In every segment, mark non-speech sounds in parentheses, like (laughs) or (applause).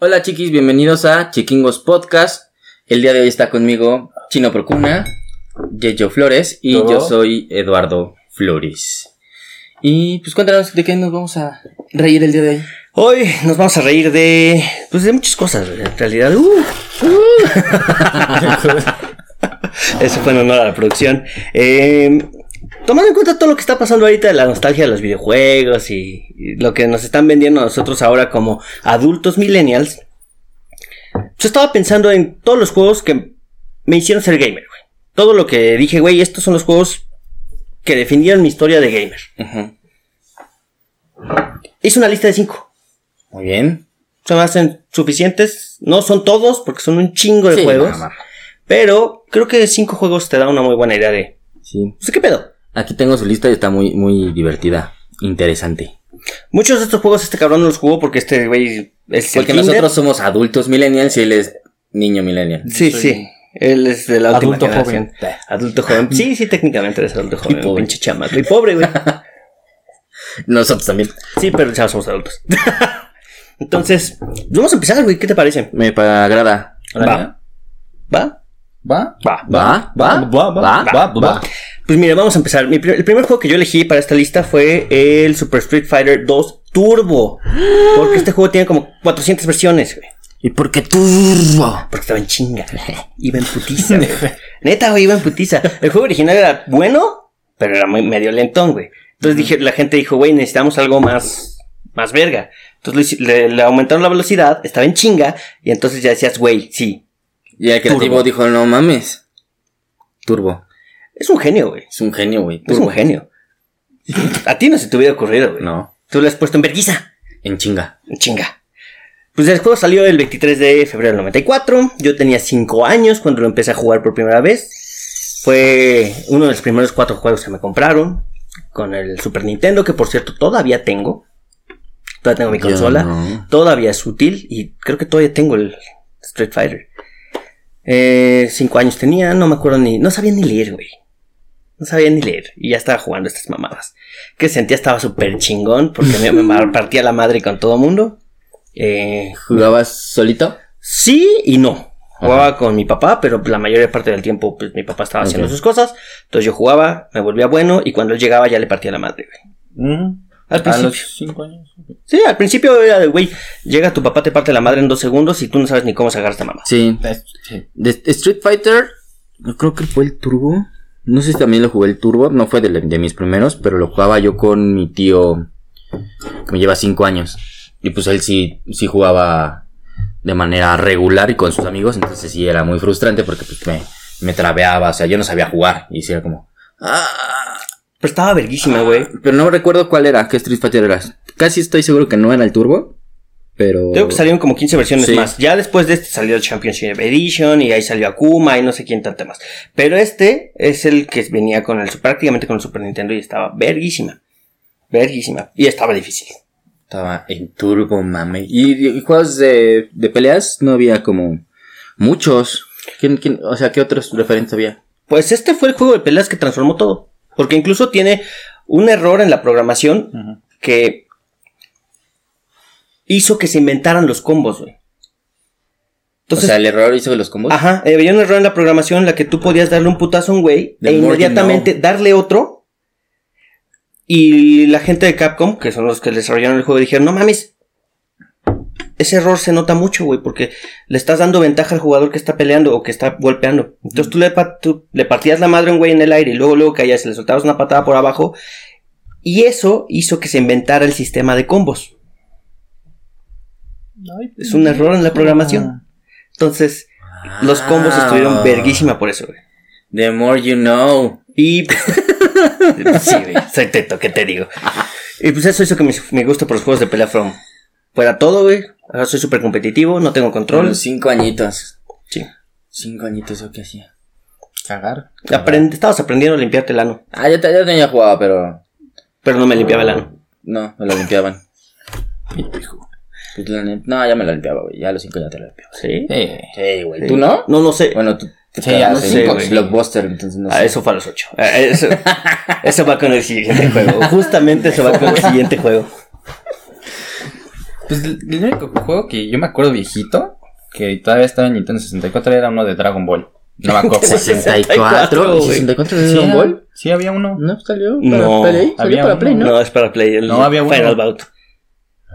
Hola chiquis, bienvenidos a Chiquingos Podcast. El día de hoy está conmigo Chino Procuna, Yeyo Flores y Yo. yo soy Eduardo Flores. Y pues cuéntanos de qué nos vamos a reír el día de hoy. Hoy nos vamos a reír de. Pues de muchas cosas, en realidad. ¡Uh! (laughs) ¡Uh! Eso fue en honor a la producción. Eh, tomando en cuenta todo lo que está pasando ahorita de la nostalgia de los videojuegos y, y lo que nos están vendiendo a nosotros ahora como adultos millennials. Yo estaba pensando en todos los juegos que me hicieron ser gamer, güey. Todo lo que dije, güey, estos son los juegos que definieron mi historia de gamer. Hice una lista de cinco. Muy bien. se me hacen suficientes. No son todos, porque son un chingo de Sí, juegos. no, mames. Pero creo que cinco juegos te da una muy buena idea de. Sí. Pues, ¿qué pedo? Aquí tengo su lista y está muy, muy divertida, interesante. Muchos de estos juegos este cabrón no los jugó porque este güey es el Porque kinder. nosotros somos adultos millennials y él es niño millennial. Sí, Soy- sí. Él es de la última Adulto generación. joven. Adulto joven. Sí, sí, técnicamente eres (laughs) adulto joven. pobre. Pinche chamaco. Y pobre, güey. Nosotros también. Sí, pero ya somos adultos. (laughs) Entonces, vamos a empezar, güey. ¿Qué te parece? Me pa- agrada. Va. ¿Va? ¿Va? Va. ¿Va? ¿Va? Va, va, va, va. Pues mira, vamos a empezar. Mi pri- el primer juego que yo elegí para esta lista fue el Super Street Fighter 2 Turbo. Porque este juego tiene como 400 versiones, güey. ¿Y por qué turbo? Porque estaba en chinga. (laughs) Iba en putiza, güey. Neta, güey, iba en putiza. El juego original era bueno, pero era muy medio lentón, güey. Entonces dije, la gente dijo, güey, necesitamos algo más, más verga. Entonces le, hici- le- le aumentaron la velocidad, estaba en chinga, y entonces ya decías, güey, sí. Y el creativo Turbo. dijo, no mames. Turbo. Es un genio, güey. Es un genio, güey. Es Turbo. (laughs) un genio. A ti no se te hubiera ocurrido, güey. No, Tú lo has puesto en verguiza. en chinga. Chinga. Pues el juego salió el 23 de febrero del 94. Yo tenía 5 años cuando lo empecé a jugar por primera vez. Fue uno de los primeros cuatro juegos que me compraron con el Super Nintendo, que por cierto todavía tengo. Todavía tengo mi Yo consola. no. Todavía es útil y creo que todavía tengo el Street Fighter. Eh, cinco años tenía, no me acuerdo ni... No sabía ni leer, güey. No sabía ni leer y ya estaba jugando estas mamadas. Que sentía estaba súper chingón porque me, (laughs) me partía la madre con todo mundo. Eh, ¿Jugabas solito? Sí y no. Jugaba con mi papá, pero la mayor parte del tiempo pues, mi papá estaba haciendo Ok. sus cosas. Entonces yo jugaba, me volvía bueno y cuando él llegaba ya le partía la madre, güey. Mm. Al A principio. los 5 años. Sí, al principio era de, güey, llega tu papá, te parte la madre en dos segundos y tú no sabes ni cómo sacar a esta mamá. Sí. De Street Fighter, yo creo que fue el turbo. No sé si también lo jugué el turbo, no fue de, la- de mis primeros, pero lo jugaba yo con mi tío que me lleva cinco años. Y pues él sí, sí jugaba de manera regular y con sus amigos, entonces sí era muy frustrante porque pues me, me trabeaba, o sea, yo no sabía jugar y sí era como... "Ah". Pero estaba verguísima, güey. Pero no recuerdo cuál era, qué Street Fighter era. Casi estoy seguro que no era el turbo, pero... Creo que salieron como 15 versiones Sí. más. Ya después de este salió el Championship Edition y ahí salió Akuma y no sé quién tanta más. Pero este es el que venía con el prácticamente con el Super Nintendo y estaba verguísima. Verguísima. Y estaba difícil. Estaba en turbo, mame. Y, y juegos de, de peleas no había como muchos. ¿Quién, quién- o sea, ¿qué otros referentes había? Pues este fue el juego de peleas que transformó todo. Porque incluso tiene un error en la programación que hizo que se inventaran los combos, güey. Entonces, o sea, el error hizo de los combos. ajá, eh, había un error en la programación en la que tú podías darle un putazo a un güey De e Morty, inmediatamente darle otro. Y la gente de Capcom, que son los que desarrollaron el juego, dijeron, no mames, ese error se nota mucho, güey, porque le estás dando ventaja al jugador que está peleando o que está golpeando. Entonces tú le, pa- tú le partías la madre a un güey en el aire y luego, luego caías y le soltabas una patada por abajo. Y eso hizo que se inventara el sistema de combos. Es un error en la programación. Entonces, los combos Ah. estuvieron verguísima por eso, güey. The more you know. Y. (laughs) pues, sí, güey, soy teto, ¿qué te digo? Y pues eso hizo que mi, mi gusto por los juegos de pelea from fuera todo, güey. Ahora soy súper competitivo, no tengo Con control. los cinco añitos. Sí. Cinco añitos, ¿o qué hacía? Cagar. Aprend- estabas aprendiendo a limpiarte el ano, Ah, yo, te- yo tenía jugado, pero pero no me limpiaba el ano. no, me lo limpiaban. Pues, la neta- No, ya me lo limpiaba, güey. Ya a los cinco ya te lo limpiaba. ¿Sí? Sí. Sí, güey. ¿Eh? ¿Tú no? No, no sé. Bueno, tú te Sí, ya cagaste no en sé, Xbox güey. Blockbuster, entonces no Ah, sé. eso fue a los 8. (laughs) Eso, eso va con el siguiente juego. Justamente eso va con el siguiente juego. Pues el el único juego que yo me acuerdo viejito, que todavía estaba en Nintendo 64, era uno de Dragon Ball. No me (laughs) acuerdo. cuál. 64. 64, güey. 64 de ¿Sí, Dragon era? Ball? Sí, había uno. No, salió No, para Play. Salió había para uno, Play, ¿no? No, es para Play. el No, había uno. Final Bout.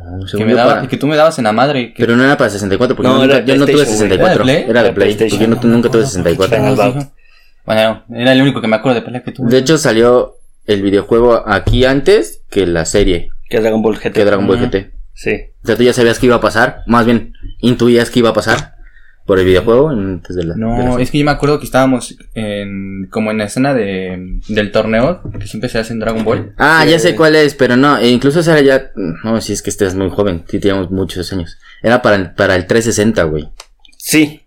No, Que, según me yo daba- para- que tú me dabas en la madre. que- Pero no era para 64, porque No, yo era nunca- yo no tuve PlayStation, güey. 64. ¿Era de Play? Era de Era Play, porque yo PlayStation. no, tu- nunca tuve 64. Final Bout. Bueno, era el único que me acuerdo de pelea que tuve. De hecho, salió el videojuego aquí antes que la serie, Que es Dragon Ball GT. que Dragon Ball Ujú. GT. Sí. O sea, tú ya sabías que iba a pasar, más bien, intuías que iba a pasar por el videojuego antes de la... de la No, serie. es que yo me acuerdo que estábamos en, como en la escena de, del torneo que siempre se hace en Dragon Ball. Ah, ya sé cuál es, pero no, e incluso esa era ya... No, si es que estás muy joven, sí teníamos muchos años. Era para el, para el 360, güey. Sí.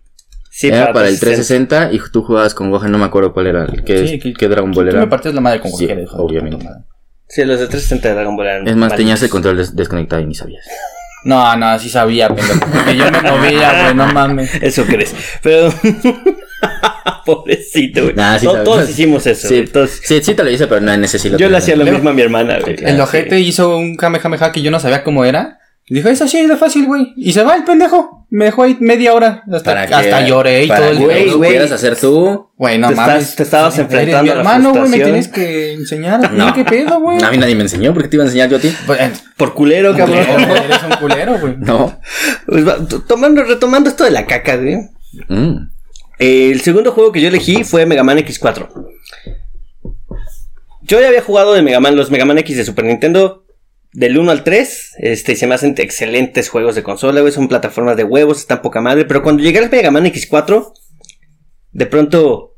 Sí, era para, el 360 y tú jugabas con Gohan, no me acuerdo cuál era, el- qué, Sí, que- qué Dragon Ball Tú me era. partías la madre con Sí, cualquiera, hijo de tu obviamente. puta madre. Sí, los de 360 de Dragon Ball eran Es más, malos. tenías el control des- desconectado y ni sabías. No, no, sí sabía, pendejo. Porque yo me movía, güey, no mames. Eso crees. Pero. (laughs) Pobrecito, güey. Nah, sí To- sabes. todos hicimos eso. Sí, güey. Todos- sí, sí te lo hice, pero no en ese sí lo Yo le tenía. hacía lo Luego- mismo a mi hermana, güey. El ojete hizo un kamehameha que yo no sabía cómo era. Y dijo, eso sí era fácil, güey. Y se va el pendejo. Me dejó ahí media hora. Hasta, Para que- hasta lloré y para todo el que güey, lo güey. pudieras hacer tú. Güey, no Te estás- mames. te estabas Eres enfrentando mi a la hermano, güey, me frustración. tienes que enseñar. No. No. ¿Qué pedo, güey? A mí nadie me enseñó, porque te iba a enseñar yo a ti? Pues, eh, Por culero, (laughs) cabrón. culero, güey, Eres un culero, güey. No. Pues va- to- tomando, retomando esto de la caca, güey. Mm. El segundo juego que yo elegí fue Mega Man X4. Yo ya había jugado de Mega Man, los Mega Man X de Super Nintendo del 1 al 3. Este, se me hacen excelentes juegos de consola, güey. Son plataformas de huevos, están poca madre. Pero cuando llegué al Mega Man X4, de pronto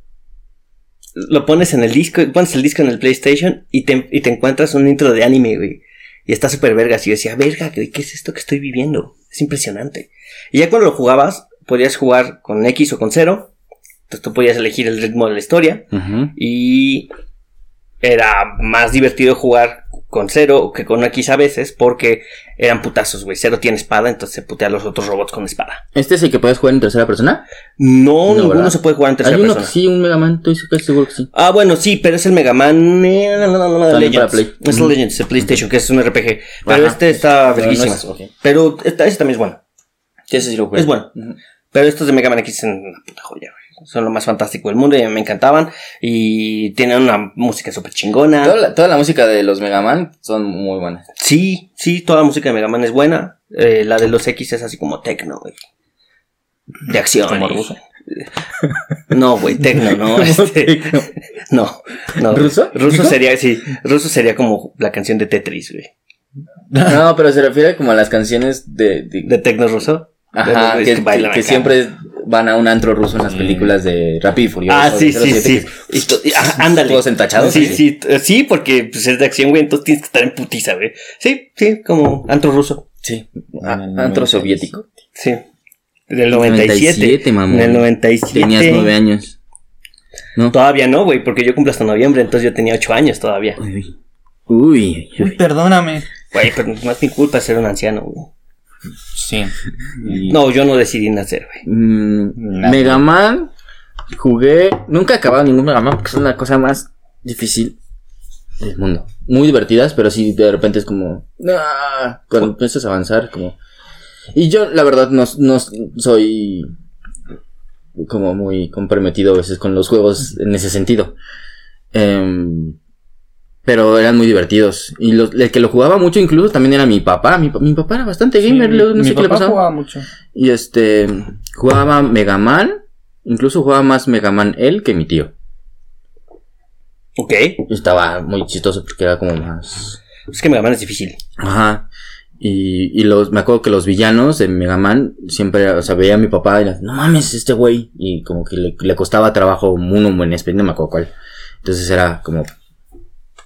lo pones en el disco, pones el disco en el PlayStation y te, y te encuentras un intro de anime, güey. Y está súper vergas. Y yo decía, verga, güey, ¿qué es esto que estoy viviendo? Es impresionante. Y ya cuando lo jugabas, podías jugar con X o con 0. Entonces tú podías elegir el ritmo de la historia. Ujú. Y era más divertido jugar con cero que con X a veces porque eran putazos, güey. Cero tiene espada, entonces se putea a los otros robots con espada. ¿Este es el que puedes jugar en tercera persona? No, No, ninguno ¿verdad? se puede jugar en tercera Hay uno que persona. sí, un Mega Man, estoy casi seguro que sí. Ah, bueno, sí, pero es el Mega Man eh, la, la, la, la, para Legends. Play. Es el Ujú. Legends, el PlayStation, que es un RPG. Pero Ajá. este está Pero no es- verguísima. ok. Pero esta- este también es bueno. Sí, ese sí lo jugué. Es bueno. Ujú. Pero estos de Mega Man X son una puta joya, güey. Son lo más fantástico del mundo y me encantaban. Y tienen una música súper Toda chingona. la, toda la música de los Mega Man son muy (laughs) buenas. Sí, sí, toda la música de Mega Man es buena. Eh, la de los X es así como tecno, güey. De acción. Como y- ruso. (laughs) No, güey, tecno, no. este, (laughs) no, no. ¿Ruso? Ruso sería, sí. Ruso sería como la canción de Tetris, güey. No, pero se refiere como a las canciones de... de- De tecno ruso. de los ajá, güeyes que, bailan que acá. siempre van a un antro ruso en las películas de Rápido y Furioso. Ah, sí, de sí, 07, sí. que- Y to- y- ah, ándale. Todos entachados, Sí, güey. sí, t- sí, porque pues, es de acción, güey, entonces tienes que estar en putiza, güey. Sí, sí, como antro ruso. Sí. Ah, Ah, no, antro no, soviético. Sí. Del 97. 97, mamón. En el 97. Tenías nueve años. No. Todavía no, güey, porque yo cumplo hasta noviembre, entonces yo tenía 8 años todavía. Uy. Uy. Uy, perdóname. Güey, pero no es mi culpa ser un anciano, güey. Sí. No, yo no decidí nacer, güey. Mm, Nada. Mega Man. Jugué. Nunca he acabado ningún Mega Man porque es la cosa más difícil del mundo. Muy divertidas, pero sí de repente es como. "Ah", cuando empiezas a avanzar, como. Y yo, la verdad, no, no soy. Como muy comprometido a veces con los juegos en ese sentido. Em, pero eran muy divertidos. Y los- el que lo jugaba mucho incluso también era mi papá. Mi, pa- mi papá era bastante gamer. Sí, luego no mi sé qué le papá pasaba. jugaba mucho. Y este jugaba Mega Man, incluso jugaba más Mega Man él que mi tío. Ok. Y estaba muy chistoso porque era como más. Es que Mega Man es difícil. Ajá. Y, y los, me acuerdo que los villanos de Mega Man siempre, o sea, veía a mi papá y era, no mames, este güey. Y como que le, le costaba trabajo uno en especie, no me acuerdo cuál. Entonces era como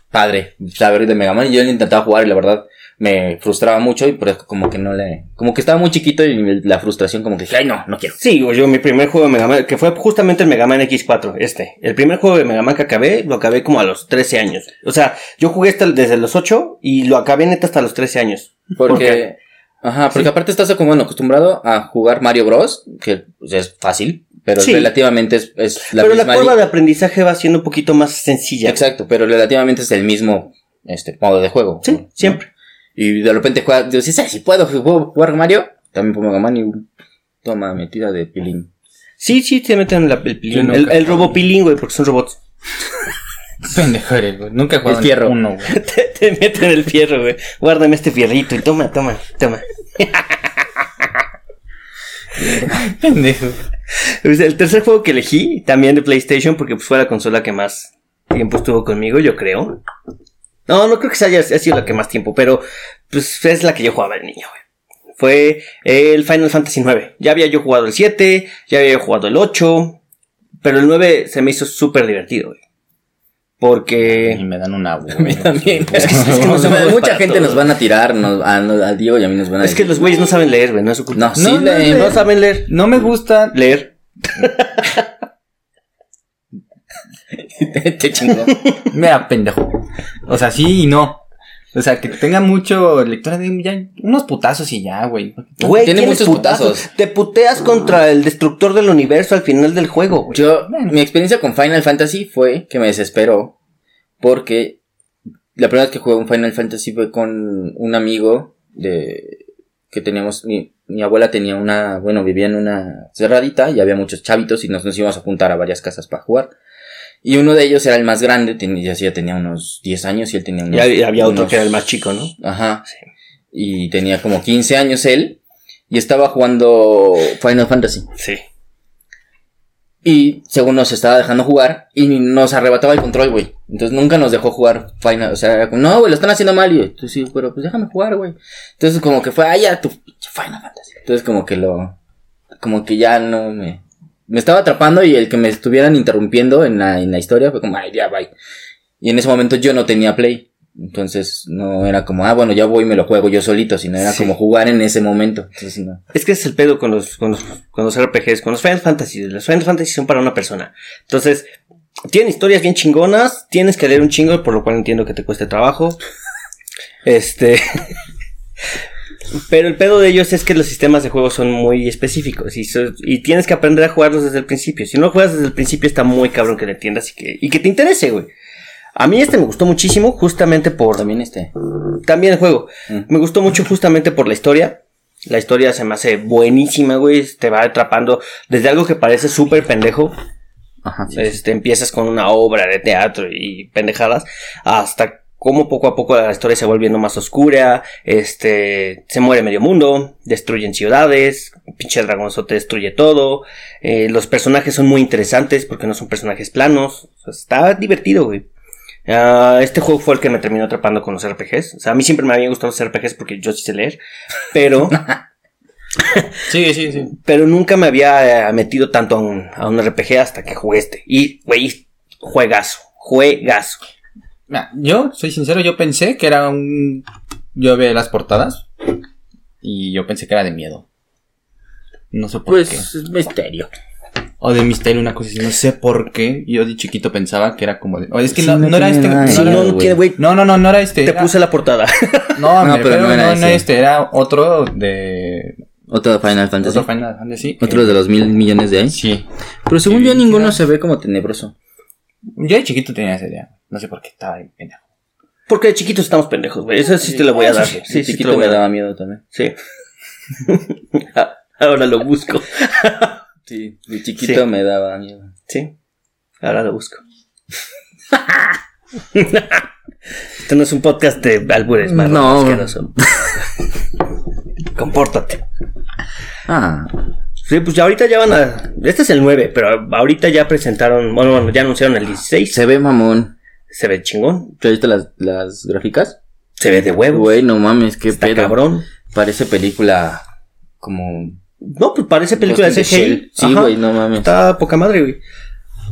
padre saber de Mega Man. Y yo le intentaba jugar y la verdad me frustraba mucho y por eso como que no le, como que estaba muy chiquito y la frustración como que dije, ay no, no quiero. Sí, güey, yo mi primer juego de Mega Man, que fue justamente el Mega Man X4, este. El primer juego de Mega Man que acabé, lo acabé como a los 13 años. O sea, yo jugué hasta, desde los 8 y lo acabé neta hasta los 13 años. Porque, ajá, porque aparte estás como bueno, acostumbrado a jugar Mario Bros, que pues, es fácil, pero Sí. relativamente es, es la Pero la misma curva li- de aprendizaje va siendo un poquito más sencilla. Exacto, pero relativamente es el mismo este modo de juego. Sí, ¿no? siempre. Y de repente juega, digo, sí, sí, sí puedo jugar jugar Mario. También pongo Gamán y uh, toma metida de pilín. Sí, sí, te meten la, el Yo pilín. nunca el, el jugué. robo pilín, güey, porque son robots. (laughs) Pendejo eres, güey. Nunca he jugado El fierro. uno, güey. (laughs) te, te meten el fierro, güey. Guárdame este fierrito y toma, toma, toma. Pendejo. Pues, El tercer juego que elegí, también de PlayStation, porque pues, fue la consola que más tiempo estuvo conmigo, yo creo. No, no creo que se haya, ha sido la que más tiempo, pero pues es la que yo jugaba de niño, güey. Fue el Final Fantasy IX. Ya había yo jugado el 7, ya había yo jugado el 8, pero el 9 se me hizo súper divertido, güey. Y Porque... me dan una, (laughs) (laughs) güey. también. Es que- es que no somos mucha para gente todo. nos van a tirar, nos- a, a Diego y a mí nos van a Es que decir, los güeyes no saben leer, güey, no es su culpa. No, sí no, leen. no saben leer. No me gusta. Leer. te, (laughs) te chingó. Mira, pendejo. O sea, sí y no. O sea, que tenga mucho lectura de ya, unos putazos y ya, güey. Güey, Tiene tienes muchos putazos. putazos. Te puteas contra el destructor del universo al final del juego, güey. Yo, mi experiencia con Final Fantasy fue que me desesperó porque la primera vez que jugué un Final Fantasy fue con un amigo de que teníamos, mi, mi abuela tenía una, bueno, vivía en una cerradita y había muchos chavitos y nos, nos íbamos a juntar a varias casas para jugar. Y uno de ellos era el más grande, tenía, ya tenía unos 10 años y él tenía unos... Ya había, había otro unos- que era el más chico, ¿no? Ajá. Y tenía como 15 años él y estaba jugando Final Fantasy. Sí. Y según nos estaba dejando jugar y nos arrebataba el control, güey. Entonces nunca nos dejó jugar Final. O sea, era como, no, güey, lo están haciendo mal. Y yo, tú sí, pero pues déjame jugar, güey. Entonces como que fue, ah, ya, tu pinche Final Fantasy. Entonces como que lo... Como que ya no me... Me estaba atrapando y el que me estuvieran interrumpiendo en la, en la historia fue como, ay, ya, bye. Y en ese momento yo no tenía play. Entonces no era como, ah, bueno, ya voy y me lo juego yo solito, sino era Sí. como jugar en ese momento. Entonces no. Es que ese es el pedo con los, con los, con los RPGs, con los Final Fantasy. Los Final Fantasy son para una persona. Entonces, tienen historias bien chingonas, tienes que leer un chingo, por lo cual entiendo que te cueste trabajo. Este. Pero el pedo de ellos es que los sistemas de juego son muy específicos y, so- y tienes que aprender a jugarlos desde el principio. Si no lo juegas desde el principio, está muy cabrón que le entiendas y que, y que te interese, güey. A mí este me gustó muchísimo, justamente por. También este. También el juego. Mm. Me gustó mucho justamente por la historia. La historia se me hace buenísima, güey. Te va atrapando desde algo que parece súper pendejo. Ajá. Eh, sí. Este, empiezas con una obra de teatro y pendejadas. Hasta cómo poco a poco la historia se va volviendo más oscura. Este, se muere medio mundo. Destruyen ciudades. un Pinche dragonzote destruye todo. eh, los personajes son muy interesantes porque no son personajes planos. O sea, está divertido, güey. Ah, este juego fue el que me terminó atrapando con los RPGs. O sea, a mí siempre me habían gustado los RPGs porque yo sí sé leer. (laughs) Pero, Sí, sí, sí. pero nunca me había eh, metido tanto a un, a un RPG hasta que jugué este. Y, güey, juegazo. Juegazo. Mira, yo, soy sincero, yo pensé que era un. Yo veía las portadas y yo pensé que era de miedo. No sé por Pues qué. es misterio. O de misterio, una cosa así. No sé por qué. Yo de chiquito pensaba que era como de. O es que Sí, no, no no era tiene este. nada de Si no, miedo. no, güey. no tiene, güey, no, no, no, no era este. te era- puse la portada. (laughs) No, No, me- pero pero, no era no, no ese. este. Era otro de. Otro de Final Fantasy. Otro Final Fantasy. Otro de los mil millones de ahí. Sí. Pero según yo Sí, ninguno claro. se ve como tenebroso. Yo de chiquito tenía esa idea. No sé por qué estaba ahí. pendejo. Porque de chiquitos estamos pendejos, güey. Eso sí te lo voy a dar. Ah, Sí, sí, te chiquito lo voy me a dar. daba miedo también. Sí. (laughs) Ahora lo busco. Sí, de chiquito Sí. me daba miedo. Sí. Ahora lo busco. (laughs) Esto no es un podcast de albures, más No. (laughs) Compórtate. Ah, Sí, pues ya ahorita ya van a. Este es el 9, pero ahorita ya presentaron. Bueno, bueno, ya anunciaron el 16. se ve mamón. Se ve chingón. ¿Te viste las, las gráficas? Se ve de huevo. Güey, no mames, qué está pedo. cabrón. Parece película como... No, pues parece película Ghost de in the CGI. Shell. Sí, Ajá. güey, no mames. Está poca madre, güey.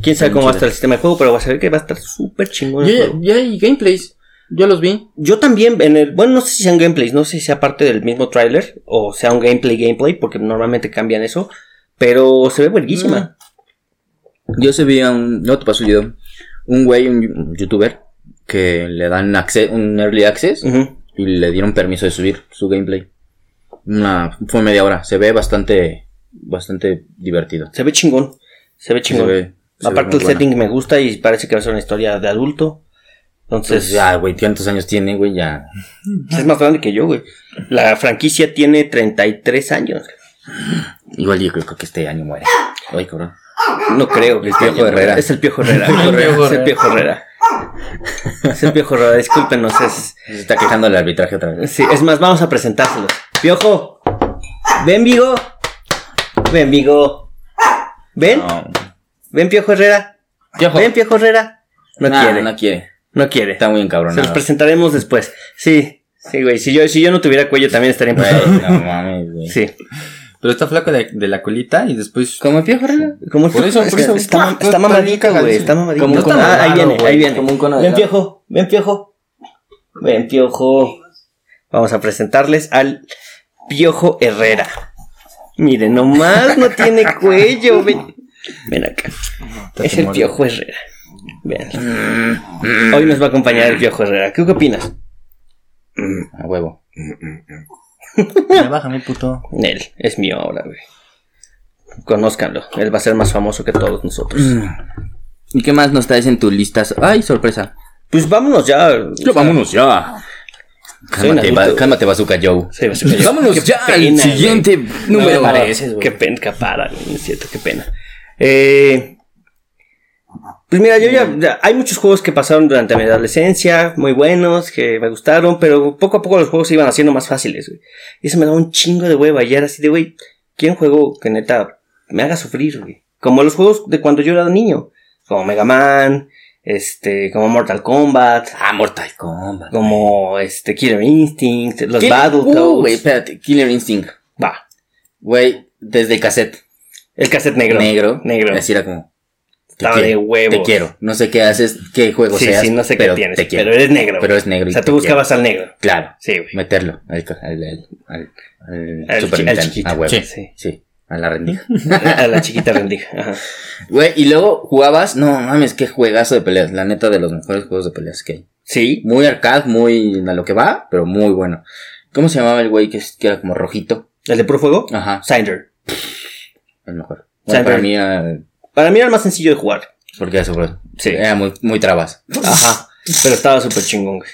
Quién sabe Está cómo va a chida. estar el sistema de juego, pero va a saber que va a estar súper chingón. el Ya, juego. ya hay gameplays. Yo los vi. Yo también, en el, bueno, no sé si sean gameplays, no sé si sea parte del mismo tráiler o sea un gameplay gameplay, porque normalmente cambian eso, pero se ve buenísima. Yo se vi a un. No te paso el video. Un güey, un youtuber, que le dan acce- un early access Ujú. y le dieron permiso de subir su gameplay. Una, fue media hora. Se ve bastante, bastante divertido. Se ve chingón, se ve Se chingón. ve- se ve Aparte muy el buena. setting me gusta y parece que va a ser una historia de adulto. Entonces, Pues Entonces, ya, güey, ¿cuántos años tiene, güey? Ya. es más grande que yo, güey. La franquicia tiene 33 años. Igual yo creo que este año muere. Ay, cabrón. No creo que El Piojo Herrera. Es el (laughs) Piojo Herrera. Es el Piojo Herrera. Es el Piojo Herrera, discúlpenos. Es, Se está quejando el arbitraje otra vez. sí, es más, vamos a presentárselos. Piojo, ven, Vigo. Ven, Vigo. Ven, No. ven, Piojo Herrera. Piojo. Ven, Piojo Herrera. No Nah, quiere, No no, quiere. quiere. Está muy Se los encabronado. presentaremos después. Sí, sí, güey. Si yo, si yo no tuviera cuello también (laughs) estaría impresionado. (laughs) Güey, no mames, güey. Sí. Pero está flaco de, de la colita y después. Como el piojo, Herrera. Como Por eso, es por que eso. Está, mam- Está- está mamadito, está bien güey. Está cagado, mamadito. Como un Está- cono de ah, ahí helado, viene, güey, ahí viene. como un cono de ven, helado. piojo, ven, piojo. Ven, piojo. Vamos a presentarles al Piojo Herrera. Mire, nomás no tiene (laughs) cuello. Ven, ven acá. Es el Piojo Herrera. Ven. Hoy nos va a acompañar el Piojo Herrera. ¿Qué, qué opinas? Mm, A huevo. Eh. Ya bájame, puto. Él es mío ahora, güey. Conózcanlo. Él va a ser más famoso que todos nosotros. ¿Y qué más nos traes en tu lista? Ay, sorpresa. Pues vámonos ya. Ya, vámonos ya. Cálmate, Soy un ba- adulto. cálmate Bazooka Joe. Sí, se cayó. pues Vámonos Qué ya al pena, siguiente güey. número. No, Pareces, güey. qué pena, qué para, güey, no es cierto, qué pena. Eh, pues mira, yo ya, ya- hay muchos juegos que pasaron durante mi adolescencia, muy buenos, que me gustaron, pero poco a poco los juegos se iban haciendo más fáciles, güey. Y eso me daba un chingo de hueva, y era así de, güey, quiero un juego que neta me haga sufrir, güey. Como los juegos de cuando yo era niño, como Mega Man, este, como Mortal Kombat, Ah, Mortal Kombat. como este Killer Instinct, los Kill- Uh, güey, Battletoads, espérate. Killer Instinct. va. Güey, desde el cassette. El cassette negro. Negro. Negro. Así era como. te Estaba de quiero, huevos. Te quiero. No sé qué haces, qué juego Sí, seas. sí, no sé qué pero tienes. Te quiero. Pero eres negro. Pero es negro. o y sea, te tú buscabas al negro. quiero. Claro. Sí, güey. Meterlo al, ca- al, al, al, al Al Super chi- al Nintendo. chiquito. A Ah, huevo. Sí. Sí. sí. A la rendija. (laughs) A la chiquita rendija. Ajá. Güey, y luego jugabas, no mames, qué juegazo de peleas, la neta de los mejores juegos de peleas que hay. Sí. Muy arcade, muy a lo que va, pero muy bueno. ¿Cómo se llamaba el güey que, es- que era como rojito? ¿El de puro fuego? Ajá, Sinder. el mejor. Bueno, Sandra. para mí era, Para mí era el más sencillo de jugar. porque era sobre, Sí. era muy, muy trabas. Ajá. Pero estaba súper chingón, güey.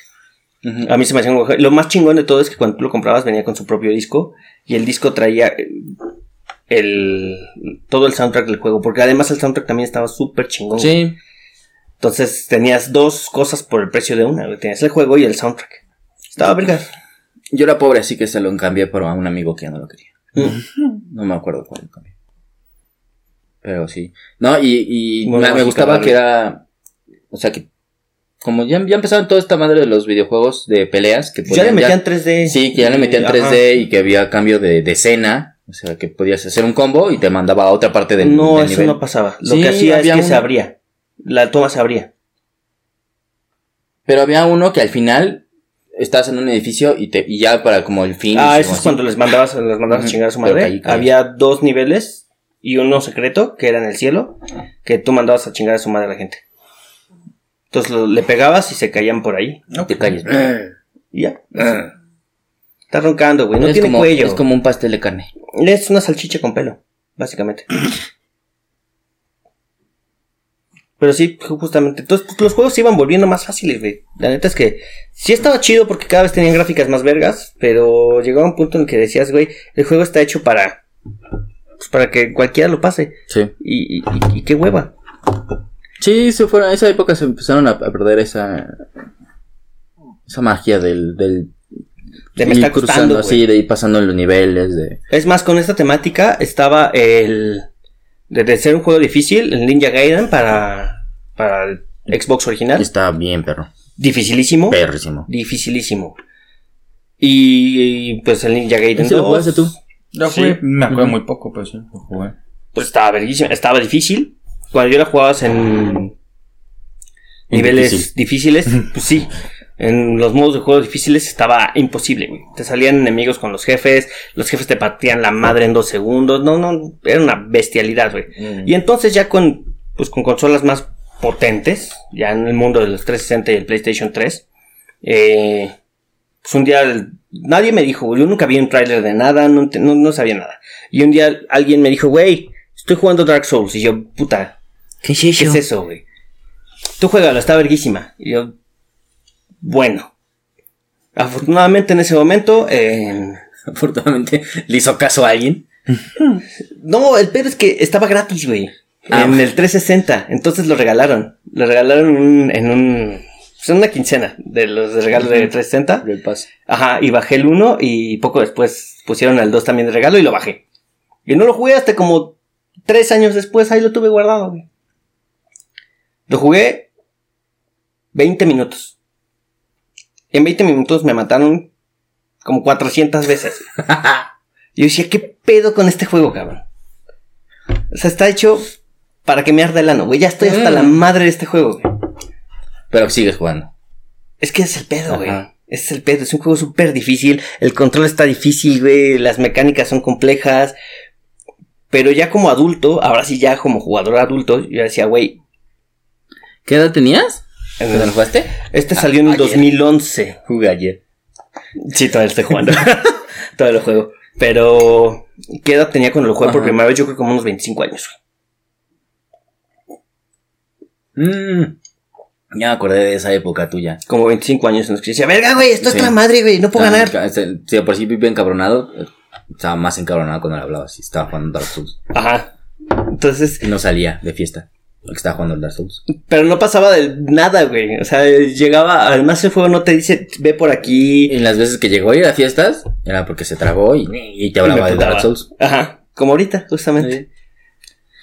Ujú. A mí se me hacía un guaje- Lo más chingón de todo es que cuando tú lo comprabas venía con su propio disco y el disco traía eh, el todo el soundtrack del juego. Porque además el soundtrack también estaba súper chingón. güey. Sí, Entonces tenías dos cosas por el precio de una. güey. Tenías el juego y el soundtrack. Estaba verga. yo era pobre, así que se lo cambié, pero a un amigo que ya no lo quería. Mm. No me acuerdo cuál cambié. Pero sí. No, y, y Bueno, me, me así gustaba cada que era, o sea que, como ya, ya empezaron toda esta madre de los videojuegos de peleas que Ya le podían- metían 3D. Pues Sí, que ya le metían Ajá. 3D y que había cambio de, de escena. O sea, que podías hacer un combo y te mandaba a otra parte del, No, del eso nivel. no pasaba. Lo Sí, que hacía es que había se un- abría. La toma se abría. Pero había uno que al final estabas en un edificio y, te, y ya para como el fin. ah, eso es cuando les mandabas, les mandabas a Ujú, chingar a su pero madre. caí, caí. Había dos niveles y uno secreto, que era en el cielo, que tú mandabas a chingar a su madre a la gente. Entonces lo- le pegabas y se caían por ahí. Te calles. (clears throat) Y ya. Está roncando, güey. No es tiene como, cuello. Es como un pastel de carne. Es una salchicha con pelo, básicamente. Pero sí, justamente. Entonces, pues, los juegos se iban volviendo más fáciles, güey. La neta es que sí estaba chido porque cada vez tenían gráficas más vergas, pero llegaba un punto en que decías, güey, el juego está hecho para. Pues para que cualquiera lo pase. Sí. Y, y, y- y qué hueva. Sí, se fueron, esa época se empezaron a, a perder esa. Esa magia del. del De me está ir cruzando costando, güey. así, de ir pasando los niveles. De, Es más, con esta temática estaba el. Desde ser un juego difícil, el Ninja Gaiden para. Para el Xbox original. Está bien, perro. Dificilísimo. Perrísimo. Dificilísimo. Y pues el Ninja Gaiden ¿Ese lo 2, jugaste tú? Yo Sí. jugué, me acuerdo Ujú. muy poco, pero sí, lo jugué. Pues estaba verguísima, estaba difícil. Cuando yo la jugabas en niveles difícil. difíciles, pues sí. En los modos de juego difíciles estaba imposible, güey. Te salían enemigos con los jefes, los jefes te partían la madre en dos segundos. No, no, era una bestialidad, güey. Mm. Y entonces ya con, pues con consolas más potentes, ya en el mundo de los 360 y el PlayStation 3, eh, pues un día el- nadie me dijo, güey, yo nunca vi un tráiler de nada, no, ent- no, no sabía nada. Y un día alguien me dijo, güey, estoy jugando Dark Souls. Y yo, puta, ¿Qué es eso? ¿qué es eso, güey? Tú juégalo, está verguísima. Y yo, bueno. Afortunadamente en ese momento, eh, (laughs) Afortunadamente, ¿le hizo caso a alguien? No, el pedo es que estaba gratis, güey. Ah, en el 360. Entonces lo regalaron. Lo regalaron en un- en un. pues, en una quincena de los de regalo de 360. El paso. Ajá, y bajé el 1 y poco después pusieron el 2 también de regalo y lo bajé. Y no lo jugué hasta como tres años después, ahí lo tuve guardado, güey. Lo jugué 20 minutos. En 20 minutos me mataron como 400 veces. Yo decía, ¿qué pedo con este juego, cabrón? O sea, está hecho para que me arda el ano, güey. Ya estoy hasta Mm. la madre de este juego, güey. Pero sigues jugando. Es que es el pedo, güey. Ajá. Es el pedo, es un juego súper difícil, el control está difícil, güey, las mecánicas son complejas, pero ya como adulto, ahora sí ya como jugador adulto, yo decía, güey, ¿Qué edad tenías? ¿Cuándo lo jugaste? este salió en el ayer. 2011. Jugué ayer. Sí, todavía estoy jugando, (laughs) todavía lo juego, pero ¿qué edad tenía cuando lo jugué por Ajá. primera vez? Yo creo que como unos 25 años. güey. Mm, ya me acordé de esa época tuya. Como 25 años en los que yo decía, verga, güey, esto Sí. Ah, es la madre, güey, no puedo ganar. Estaba- Si de por sí vive encabronado, eh, estaba más encabronado cuando le hablaba. Si estaba jugando Dark Souls. Ajá. Entonces, Y no salía de fiesta. Porque estaba jugando el Dark Souls. Pero no pasaba de nada, güey. O sea, llegaba, además el juego no te dice, ve por aquí. Y las veces que llegó a ir a fiestas, era porque se trabó y, y te Y hablaba me de putaba. Dark Souls. Pues, Ajá, como ahorita, justamente.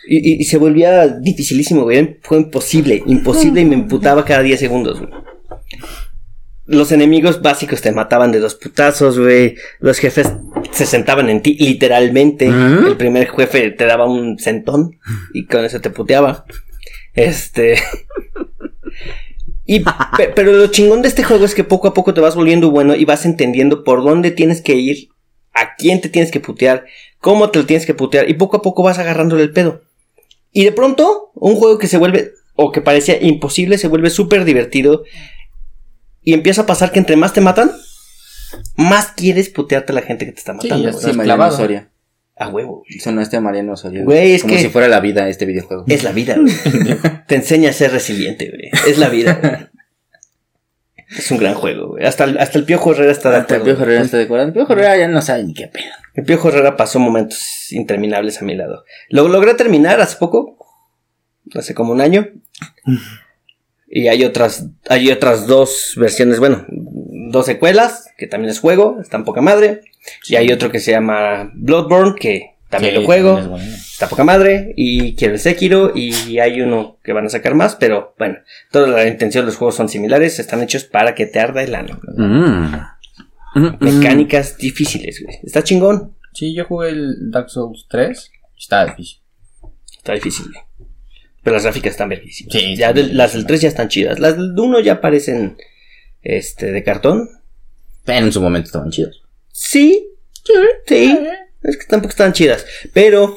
Y, y- y se volvía dificilísimo, güey. Fue imposible, imposible y me emputaba cada 10 segundos, güey. Los enemigos básicos te mataban de dos putazos, güey. Los jefes se sentaban en ti, literalmente. ¿Mm? El primer jefe te daba un sentón y con eso te puteaba. Este. Y, pe- pero lo chingón de este juego es que poco a poco te vas volviendo bueno y vas entendiendo por dónde tienes que ir, a quién te tienes que putear, cómo te lo tienes que putear, y poco a poco vas agarrándole el pedo. Y de pronto, un juego que se vuelve, o que parecía imposible, se vuelve súper divertido. Y empieza a pasar que entre más te matan, más quieres putearte a la gente que te está Sí, matando. ya güey. Sí, clavado. Osorio. a huevo. güey. Sonaste a Mariano Osorio. Güey, es Como que- si fuera la vida este videojuego. Es la vida, güey. (laughs) Te enseña a ser resiliente, güey. Es la vida, güey. Es un gran juego, güey. Hasta, el- hasta el Piojo Herrera está de Hasta el acuerdo. Piojo Herrera está de acuerdo. El Piojo Herrera ya no sabe ni qué pedo. El Piojo Herrera pasó momentos interminables a mi lado. Lo logré terminar hace poco, hace como un año. Y hay otras, hay otras dos versiones, bueno, dos secuelas, que también es juego, están poca madre. Y hay otro que se llama Bloodborne, que también Sí, lo juego, también es bueno. está poca madre. Y quiero el Sekiro, y hay uno que van a sacar más, pero bueno, toda la intención de los juegos son similares, están hechos para que te arda el ano. Mm. Mm. Mecánicas difíciles, güey. Está chingón, Sí, yo jugué el Dark Souls 3. Está difícil. Está difícil, güey. Pero las gráficas están verguísimas. Sí, ya están del- las del 3 ya están chidas. Las del 1 ya parecen este, de cartón. Pero en su momento estaban chidos. Sí, sí, sí. Es que tampoco están chidas. Pero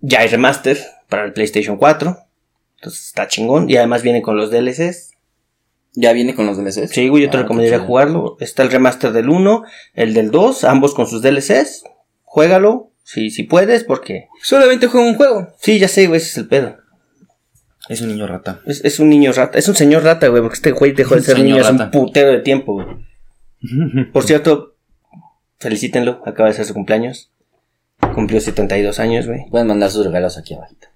ya hay remaster para el PlayStation 4. Entonces está chingón. Y además viene con los DLCs. ¿Ya viene con los DLCs? Sí, güey, yo te Ah, recomendaría qué chido. jugarlo. Está el remaster del 1, el del 2, ambos con sus DLCs. Juégalo, si, si puedes, porque... Solamente juego un juego. Sí, ya sé, güey, ese es el pedo. Es un niño rata. Es, es un niño rata, es un señor rata, güey, porque este güey dejó de Un ser señor niño hace un rata. putero de tiempo, (laughs) güey. Por cierto, felicítenlo, acaba de ser su cumpleaños. Cumplió 72 años, güey. Pueden mandar sus regalos aquí abajito.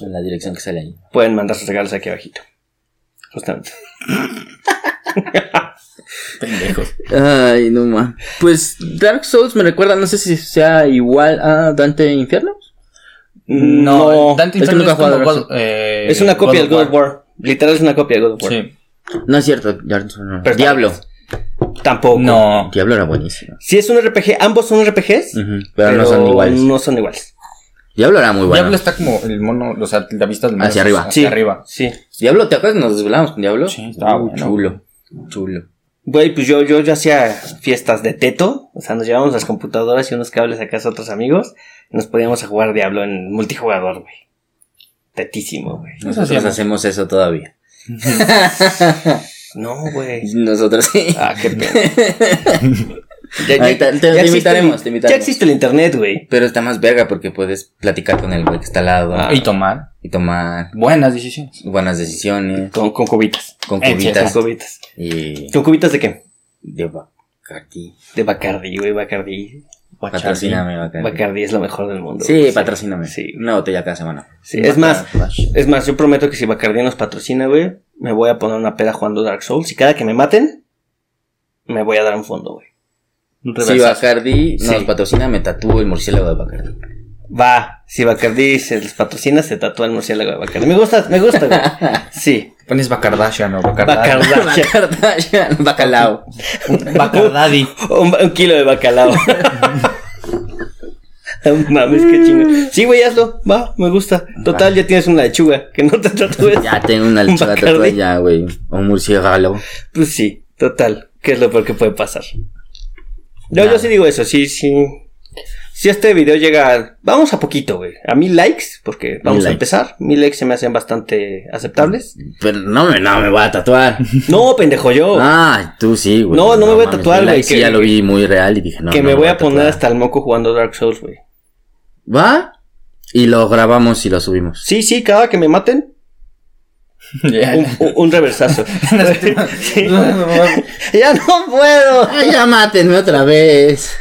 En la dirección que sale ahí. Pueden mandar sus regalos aquí abajito. Justamente. Pendejos. Ay, no más. Pues Dark Souls me recuerda, no sé si sea igual a Dante Infiernos. Mm, No, No, Dante es que Inferno nunca es, he jugado como Dark God- eh, es una copia del of God of War. Literal es una copia del God of War. Sí. No es cierto, Dark Souls no. Pero- Diablo. Tampoco. No. Diablo era buenísimo. Si es un RPG, ambos son RPGs, Ujú, pero, no son iguales. No son iguales. Diablo era muy bueno. Diablo Diablo, está como el mono, o sea, la vista del mono. Hacia arriba. Hacia Sí. arriba. Sí. ¿te acuerdas que nos desvelamos con Diablo? Sí, estaba Uh, bueno. Chulo. Chulo. Güey, pues yo, yo, yo hacía fiestas de teto, o sea, nos llevábamos las computadoras y unos cables a casa a otros amigos, y nos podíamos a jugar Diablo en multijugador, güey. Tetísimo, güey. Nosotros hacíamos. hacemos eso todavía. No, güey. Nosotros sí. (laughs) Ah, qué pena. Ya, ya- Ahí te- te- te existe invitaremos, el- te invitaremos. Ya existe el internet, güey. Pero está más verga porque puedes platicar con el güey que está al lado Ah. Y tomar y tomar buenas decisiones. buenas decisiones Con, con cubitas. con Eh, sí, cubitas Con cubitas. y ¿Con cubitas de qué? de Bacardi. De Bacardi, güey, Bacardi. Patrocíname Bacardi. Bacardi es lo mejor del mundo. Sí, güey. patrocíname. Sí. Una botella cada semana. Sí, Es más, es más, yo prometo que si Bacardi nos patrocina, güey, me voy a poner una peda jugando Dark Souls y cada que me maten, me voy a dar un fondo, güey. Un Si reversazo. Bacardi nos Sí. patrocina, me tatúo el murciélago de Bacardi. Va, si Bacardi se les patrocina, se tatúa el murciélago de Bacardi. Me gusta, me gusta, güey. Sí. Pones Bacardashian o (laughs) Bacardaddy. Bacardi. Bacardashian, bacalao. Bacardaddy. (laughs) Un, un kilo de bacalao. (laughs) No Mames, qué chingo. Sí, güey, hazlo. Va, me gusta. Total, ya tienes una lechuga. Que no te tatúes. (laughs) Ya tengo una lechuga Bacardi. tatuada ya, güey. O un murciélago. Pues sí, total. ¿Qué es lo peor que puede pasar? No, Nada. yo sí digo eso. Sí, sí. Si este video llega. a- Vamos a poquito, güey. A mil likes, porque vamos a likes. empezar. Mil likes se me hacen bastante aceptables. (laughs) Pero no me, no me voy a tatuar. No, pendejo, yo. Ah, tú sí, güey. No, no me voy a mames, tatuar, mi güey, like Sí, que- ya lo vi muy real y dije, no. que no me voy a tatuar. poner hasta el moco jugando Dark Souls, güey. ¿Va? Y lo grabamos y lo (laughs) subimos. Sí, sí, cada que me maten, (laughs) Ya. un, un- un reversazo. (laughs) Sí. (laughs) Ya no puedo. Ay, Ah, ya mátenme otra vez.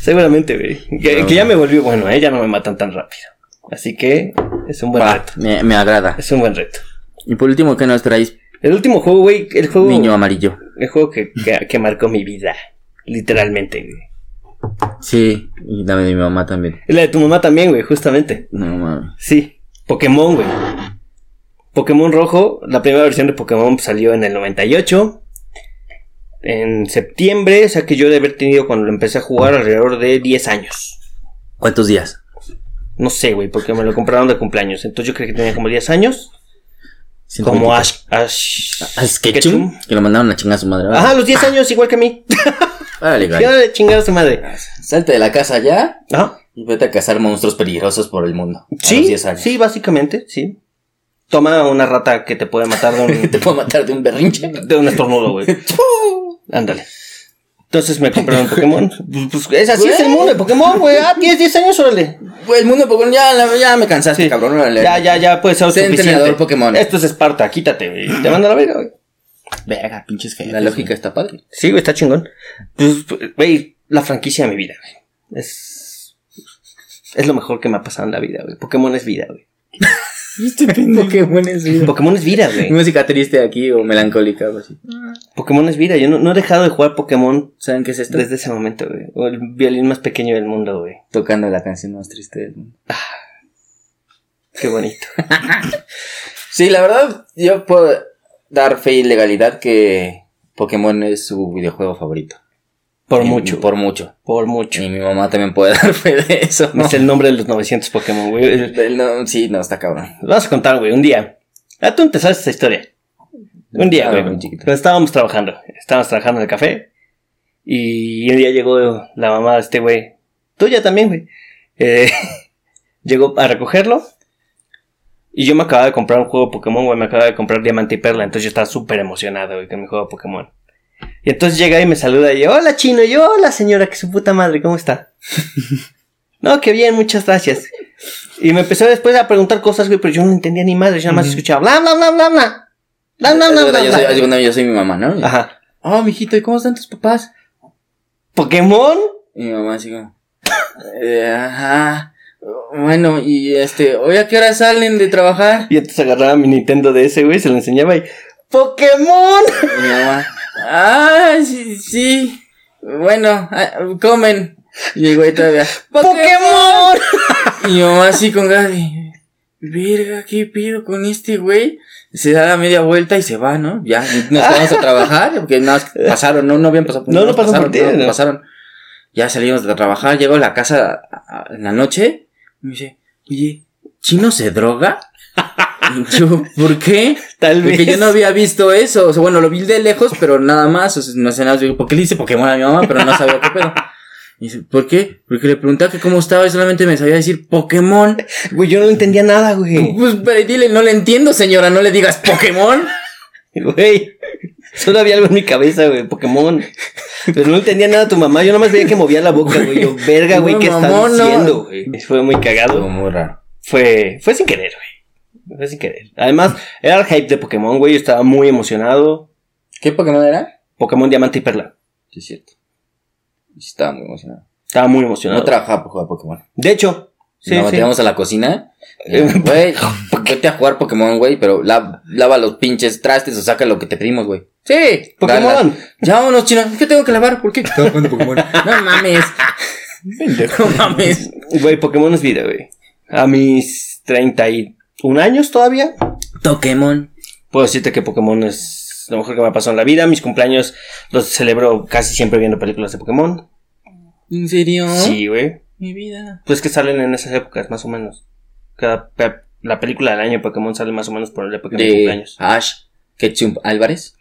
Seguramente, güey. Que, No. que ya me volví bueno, ¿eh? Ya no me matan tan rápido. Así que es un buen Va, reto. me, me agrada. Es un buen reto. Y por último, ¿qué nos traéis, El último juego, güey, el juego, niño amarillo? el juego que, que- que marcó mi vida. Literalmente, güey. Sí, y dame de mi mamá también. Y La de tu mamá también, güey, justamente. No mames. Sí. Pokémon, güey. Pokémon Rojo, la primera versión de Pokémon salió en el 98. En septiembre, o sea que yo de haber tenido cuando lo empecé a jugar alrededor de 10 años. ¿Cuántos días? No sé, güey, porque me lo compraron de cumpleaños. Entonces yo creo que tenía como 10 años. Cinco Como minutos. Ash. Ash. Al Sketchum, Ketchum. Ah. que lo mandaron a chingar a su madre. Ajá, a los 10 años, igual que a mí. Órale, (laughs) güey. Quiero chingar a su madre. Salte de la casa ya Ajá. y vete a cazar monstruos peligrosos por el mundo. A los Sí, 10 años. sí, básicamente, sí. Toma una rata que te puede matar de (laughs) (laughs) Te un, puedo matar de un berrinche. de un (laughs) estornudo, güey. Ándale. Entonces me compraron (laughs) Pokémon. Pues, pues, es así es el mundo de Pokémon, güey. Ah, 10, 10 años, órale. Pues el mundo Pokémon ya, la- ya me cansaste, Sí. cabrón. órale. Ya, ya, ya, puede ser Sé entrenador Pokémon. Esto es Esparta, quítate, güey. Te mando a la verga, güey. Verga, pinches feos. La lógica está padre. Sí, güey, está chingón. Pues, güey, la franquicia de mi vida, güey. Es. Es lo mejor que me ha pasado en la vida, güey. Pokémon es vida, güey. Pokémon (laughs) es vida. Pokémon es vida, (laughs) güey. Música triste aquí o melancólica o así. Pokémon es vida. Yo no, no he dejado de jugar Pokémon ¿Saben qué es esto? desde ese momento, güey. O El violín más pequeño del mundo, güey. Tocando la canción más triste del mundo. Qué bonito. Sí, la verdad, yo puedo dar fe y legalidad que Pokémon es su videojuego favorito. Por Y- mucho. Por, Por mucho. mucho. Y mi mamá también puede (laughs) dar fe de eso. (laughs) Es el nombre de los 900 Pokémon, güey. El- Del no- sí, no, está cabrón. Vamos a contar, güey, un día. Ah, tú no te sabes esta historia. Un día, Ah, güey. muy chiquito. cuando Estábamos trabajando. Estábamos trabajando en el café. Y un día llegó la mamá de este güey. Tuya también, güey. Eh, (laughs) llegó a recogerlo. Y yo me acababa de comprar un juego de Pokémon, güey. Me acababa de comprar Diamante y Perla. Entonces yo estaba súper emocionado, güey, con mi juego de Pokémon. Y entonces llega y me saluda y yo, hola chino, y yo, hola señora, que su puta madre, ¿cómo está? (laughs) no, que bien, muchas gracias. Y me empezó después a preguntar cosas, güey, pero yo no entendía ni madre, yo nada más escuchaba bla, bla, bla, bla, bla. Bla, bla, bla, Es bla, verdad, yo, bla. soy, yo- yo soy mi mamá, ¿no? Ajá. Oh, mijito, ¿y cómo están tus papás? ¿Pokémon? Y mi mamá así como... (laughs) eh, ajá. Bueno, y este... ¿Hoy a qué hora salen de trabajar? Y entonces agarraba mi Nintendo DS, güey, se lo enseñaba y... ¡Pokémon! Y mi mamá... Ah, sí, sí. Bueno, ah, comen. Y el güey todavía... ¡Pokémon! Y mi mamá así con ganas de... Verga, ¿qué pido con este güey? Se da la media vuelta y se va, ¿no? Ya, nos vamos a trabajar, porque nada más pasaron, no, no habían pasado. No, no nos pasaron por ti, no, ¿no? pasaron. Ya salimos de trabajar, llego a la casa a- a- en la noche, y me dice, oye, ¿Chino se droga? (laughs) Y yo, ¿por qué? (laughs) (laughs) Tal vez. Porque yo no había visto eso, o sea, bueno, lo vi de lejos, pero nada más, o sea, no sé nada, digo, ¿por qué le hice Pokémon a mi mamá? Pero no sabía qué pedo. Y dice, ¿por qué? Porque le preguntaba que cómo estaba y solamente me sabía decir Pokémon. Güey, yo no entendía (laughs) nada, güey. Pues, pero dile, no le entiendo, señora, no le digas Pokémon. (laughs) Güey. Solo había algo en mi cabeza, güey, Pokémon. Pero no entendía nada tu mamá. Yo nomás veía que movía la boca, güey. Yo, verga, güey, ¿qué está Mamón, no. diciendo, güey? Fue muy Estuvo cagado. muy raro. Fue, fue sin querer, güey. Fue sin querer. Además, era el hype de Pokémon, güey. Yo estaba muy emocionado. ¿Qué Pokémon era? Pokémon Diamante y Perla. Sí, es cierto. Estaba muy emocionado. Estaba muy No emocionado. trabajaba para jugar Pokémon. De hecho, sí, nos sí. metíamos a la cocina. y, Eh, Güey, vete a jugar Pokémon, güey, pero la- lava los pinches trastes o saca lo que te pedimos, güey. Sí, Pokémon. dale. Ya vámonos, chino. ¿Qué tengo que lavar? ¿Por qué? Estaba jugando Pokémon. (laughs) No mames. No mames. Güey, Pokémon es vida, güey. A mis 31 años todavía, Pokémon. puedo decirte que Pokémon es lo mejor que me ha pasado en la vida. Mis cumpleaños los celebro casi siempre viendo películas de Pokémon. ¿En serio? Sí, güey. Mi vida. Pues que salen en esas épocas, más o menos. Cada pe- la película del año de Pokémon sale más o menos por la época de mis De cumpleaños. Eh, Ash Ketchum Álvarez.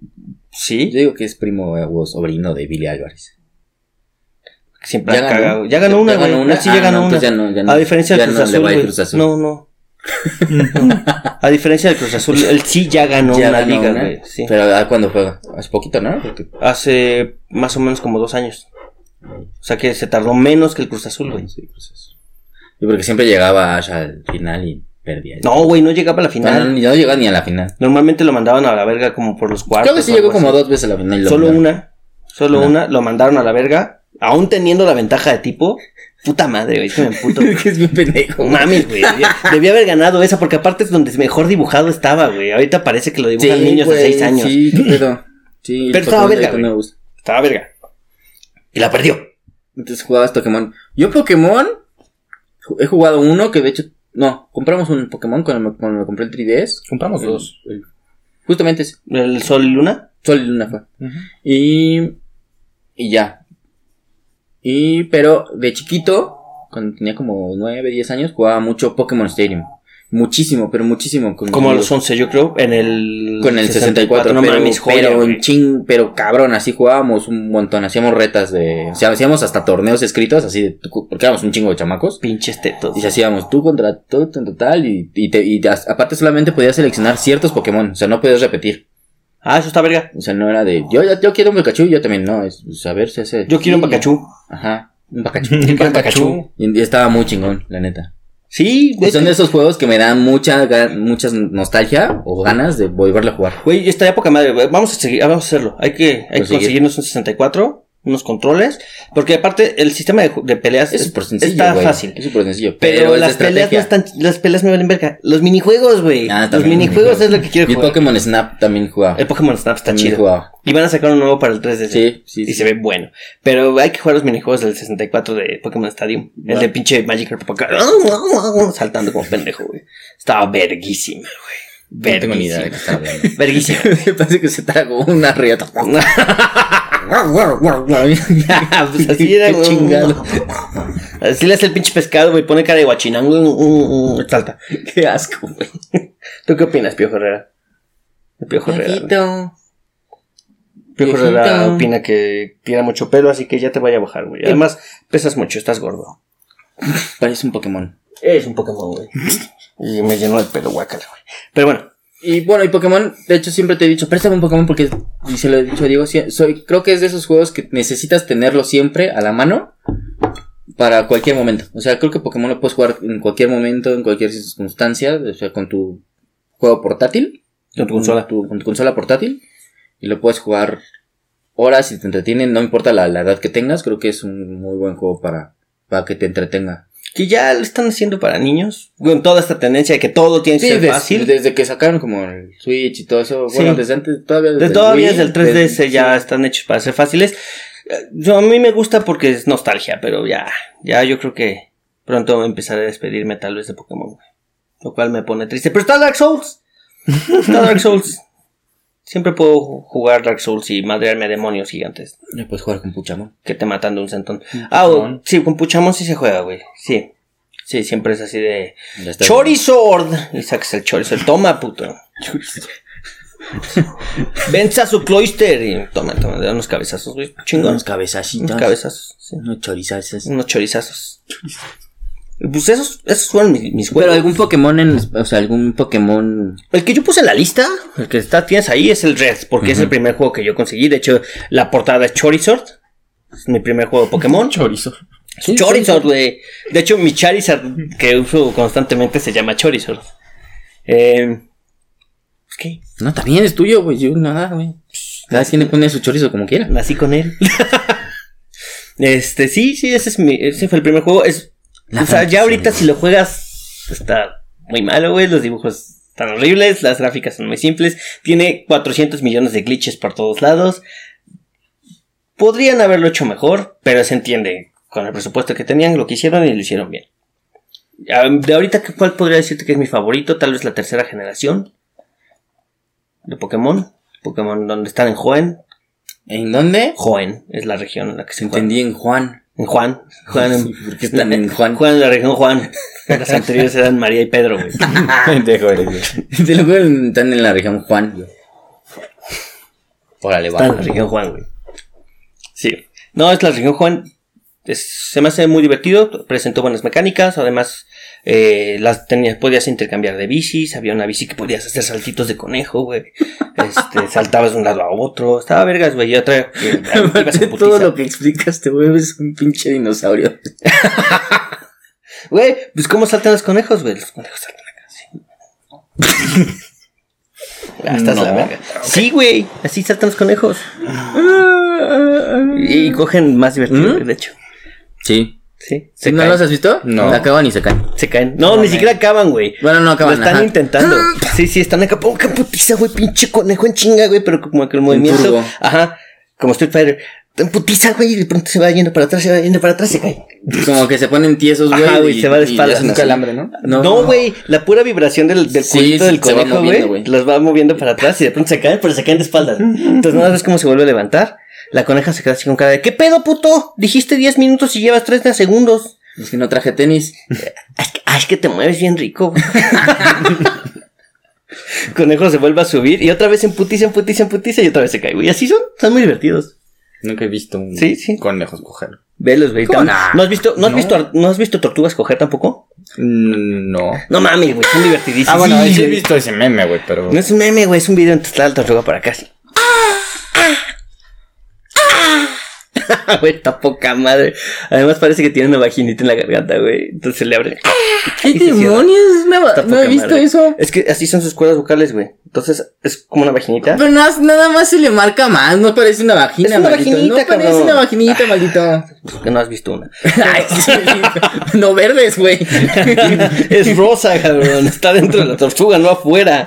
Yo Sí, digo que es primo eh, o sobrino de Billy Álvarez. siempre ha cagado. Ya ganó una, Ya ganó güey. una. Ah, Sí, Ah, ya no, ganó una. entonces ya no- ya no. A diferencia Ya del no Cruz le va Azul, el güey. Cruz Azul. (laughs) No, no. A diferencia del Cruz Azul, él sí ya ganó Ya una ganó liga, una. güey. Sí. Pero ah, cuando juega. Hace poquito, ¿no? Porque- Hace más o menos como dos años. O sea que se tardó menos que el Cruz Azul, güey. Sí, pues eso. Yo porque siempre llegaba Ash al final y perdía. No, güey, no llegaba a la No, no, final. ni- no llegaba ni a la final. Normalmente lo mandaban a la verga como por los cuartos. Creo que sí o llegó algo como así. dos veces a la final. y lo Solo mandaron. una. Solo Ajá. una. Lo mandaron a la verga. Aún teniendo la ventaja de tipo. Puta madre, güey. es que (laughs) me emputo. que (laughs) es bien pendejo. No Mames, güey. Debía, debía haber ganado esa porque aparte es donde mejor dibujado estaba, güey. Ahorita parece que lo dibujan niños de güey, 6 años. Sí, qué pedo. (laughs) Sí, Pero estaba Pokémon verga, Dayton güey. no me gusta. Estaba verga. Y la perdió. Entonces jugabas Pokémon. Yo Pokémon ju- he jugado uno que de hecho no, compramos un Pokémon cuando me, cuando me compré el 3DS. Compramos dos. El- el- justamente ese, El sol y luna. Sol y Luna fue. Y y ya. Y pero de chiquito, cuando tenía como 9, 10 años, jugaba mucho Pokémon Stadium. Muchísimo, pero muchísimo con mis Como a los amigos. 11, yo creo. En el. con el 64, no pero, mames, joya, pero güey. un ching, pero cabrón, así jugábamos un montón, hacíamos retas de, o sea, hacíamos hasta torneos escritos, así de, tú- porque éramos un chingo de chamacos, Pinches tetos. y se hacíamos tú contra tú contra tal, y, y, te- y as- aparte solamente podías seleccionar ciertos Pokémon, o sea, no podías repetir, Ah, eso está verga. o sea, no era de, yo, yo quiero un Pikachu, y yo también, no, es, o sea, a ver si hace... Yo quiero un sí, (laughs) Pikachu. Ajá, un Pikachu. (laughs) quiero un Pikachu. y, y estaba muy chingón, la neta. Sí, de Y son hecho, de esos juegos que me dan mucha, ga- muchas nostalgia o ganas de volverlo a jugar. Güey, esta época madre. güey. Vamos a seguir, ah, vamos a hacerlo. Hay que, hay que Conseguir. conseguirnos un 64, unos controles. Porque aparte, el sistema de, ju- de peleas Es súper sencillo. está güey. fácil. Es súper sencillo. Pero, es de las peleas no estrategia. están, las peleas me valen verga. Los minijuegos, güey. Ah, Los también minijuegos minijuegos. es lo que quiero Y el jugar. Pokémon Snap también jugaba. El Pokémon Snap está También chido. jugaba. Y van a sacar uno nuevo para el 3DS. Sí, sí. Y sí. se ve bueno. Pero hay que jugar los minijuegos del 64 de Pokémon Stadium. El Va. de pinche Magic (laughs) Saltando como pendejo, güey. Estaba verguísima, güey. No tengo ni idea de qué Verguísima. estaba (laughs) hablando. Verguísima. (laughs) (laughs) Parece que se tragó una riata. pues así era, Qué güey. chingado. (laughs) Así le hace el pinche pescado, güey. Pone cara de guachinango. mm, mm, mm, Salta. Qué asco, güey. ¿Tú qué opinas, Piojo Herrera? El Piojo Herrera. güey. Viejito. Piojo viejito. Herrera opina que tiene mucho pelo, así que ya te vaya a bajar, güey. Además, pesas mucho, estás gordo. Parece un Pokémon. Es un Pokémon, güey. y me llenó el pelo, guácala, güey. Pero bueno, Y bueno, y Pokémon, de hecho siempre te he dicho, préstame un Pokémon porque, y se lo he dicho a Diego, sí, soy, creo que es de esos juegos que necesitas tenerlo siempre a la mano para cualquier momento. O sea, creo que Pokémon lo puedes jugar en cualquier momento, en cualquier circunstancia, o sea, con tu juego portátil, con tu consola. Con, tu, con tu consola portátil, y lo puedes jugar horas y te entretienen, no importa la, la edad que tengas, creo que es un muy buen juego para, para que te entretenga. Que ya lo están haciendo para niños. Con toda esta tendencia de que todo tiene que Sí, ser des- fácil. desde que sacaron como el Switch y todo eso, Sí. bueno, desde antes todavía... De el todavía Wii, desde el desde- 3DS ya están hechos para ser fáciles. Eh, Yo, a mí me gusta porque es nostalgia, pero ya, ya yo creo que pronto empezaré a despedirme tal vez de Pokémon, güey. Lo cual me pone triste. Pero está Dark Souls. Está Dark Souls. Siempre puedo ju- jugar Dark Souls y madrearme a demonios gigantes Ya puedes jugar con Puchamón. que te matan de un centón. Ah, o- sí, con Puchamón sí se juega, güey. Sí. Sí, siempre es así de... Ya está. Chorizord. Y sacas el Chorizord. Toma, puto. Vence a su cloister. Y toma, toma, le da unos cabezazos, güey. Chingón. Unos cabezacitos. Unos cabezazos. sí. Unos chorizazos. Unos chorizazos. Pues esos, esos fueron mis, mis Pero juegos. algún Pokémon en. O sea, algún Pokémon. El que yo puse en la lista, el que está, tienes ahí, es el Red, porque es el primer juego que yo conseguí. De hecho, la portada es Charizard. Es mi primer juego de Pokémon. Chorizo. Charizard, güey. De hecho, mi Charizard que uso constantemente se llama Charizard. Eh, ¿Qué? No, también es tuyo, güey. Yo nada, güey. Cada quien le pone su chorizo como quiera. (laughs) Nací con él. este, sí, sí, ese, es mi, ese fue el primer juego. Es, La o sea, fantasía. ya ahorita si lo juegas está muy malo, güey. Los dibujos están horribles, las gráficas son muy simples. Tiene 400 millones de glitches por todos lados. Podrían haberlo hecho mejor, pero se entiende. Con el presupuesto que tenían, lo que hicieron y lo hicieron bien. Ah, De ahorita, ¿qué- ¿cuál podría decirte que es mi favorito? Tal vez la tercera generación de Pokémon. Pokémon donde están en Joen, ¿En dónde? Joen es la región en la que se encuentra. Entendí en Juan. En Juan. Juan en, ¿Por qué están en Juan? Juan en la región Juan. Las anteriores eran María y Pedro, güey. (laughs) Pendejo eres, (laughs) güey. Te lo juro, están en la región (laughs) Juan. Órale, Están en la va. región Juan, güey. Sí. No, es la región Juan. Es- se me hace muy divertido. Presentó buenas mecánicas. Además, eh, las tenías, podías intercambiar de bicis. Había una bici que podías hacer saltitos de conejo, güey. Este, saltabas de un lado a otro. Estaba vergas, güey. Y otra. eh, (laughs) ibas en Todo putiza. lo que explicas, te vuelves un pinche dinosaurio. Güey, pues ¿cómo saltan los conejos, güey? Los conejos saltan acá, sí. (laughs) Ah, estás la No. verga. Sí, güey, así saltan los conejos. Y, y cogen más divertido, Ah. ¿Mm? güey, de hecho. Sí. Sí, se, ¿Sí ¿No caen, los has visto? No. Se acaban y se caen. se caen. No, ni siquiera acaban, güey. Bueno, no Lo acaban. están ajá. (gasps) intentando. Sí, sí, están acá. ¡Oh, qué putiza, güey! Pinche conejo en chinga, güey. Pero como que el movimiento. turbo. Ajá. Como Street Fighter. En putiza, güey. Y de pronto se va yendo para atrás, se va yendo para atrás, se cae. Como que se ponen tiesos, güey. Ajá, güey, y- se va de y espaldas. hacen Un así. calambre, ¿no? No, No, güey, la pura vibración del, del Sí, culito del se va conejo, moviendo, güey, güey. los va moviendo para atrás y de pronto se caen, pero se caen de espaldas. Entonces nada más ves cómo se vuelve a levantar. La coneja se queda así con cara de, ¿qué pedo, puto? Dijiste 10 minutos y llevas 30 segundos. Es que no traje (laughs) tenis. Ay, es que- ay, es que te mueves bien rico. güey". (laughs) El conejo se vuelve a subir y otra vez en putiza, en putiza, en putiza y otra vez se cae, güey. Así son, son muy divertidos. Nunca he visto un Sí, sí. conejos coger. Velos, güey. ¿Cómo tam- no? ¿No has visto, no has No. visto, ar- no has visto tortugas coger tampoco? Mm, No. No mames, güey, son divertidísimos. Ah, bueno, sí he güey. visto ese meme, güey, pero. No es un meme, güey, es un video en Tesla del tortuga para acá. (laughs) sí. Güey, está poca madre. Además parece que tiene una vaginita en la garganta, güey. Entonces le abre. ¿Qué Y se cierra. demonios? No, Está no poca he visto madre. eso. Es que así son sus cuerdas vocales, güey. Entonces es como una vaginita. Pero nada, nada más se le marca más. No parece una vagina, Es una maldito. vaginita, no parece cabrón. una vaginita, maldito. (laughs) Que Pues, no has visto (laughs) una. (laughs) Ay, sí, no verdes, (laughs) güey. es rosa, cabrón. Está dentro de la tortuga, no afuera.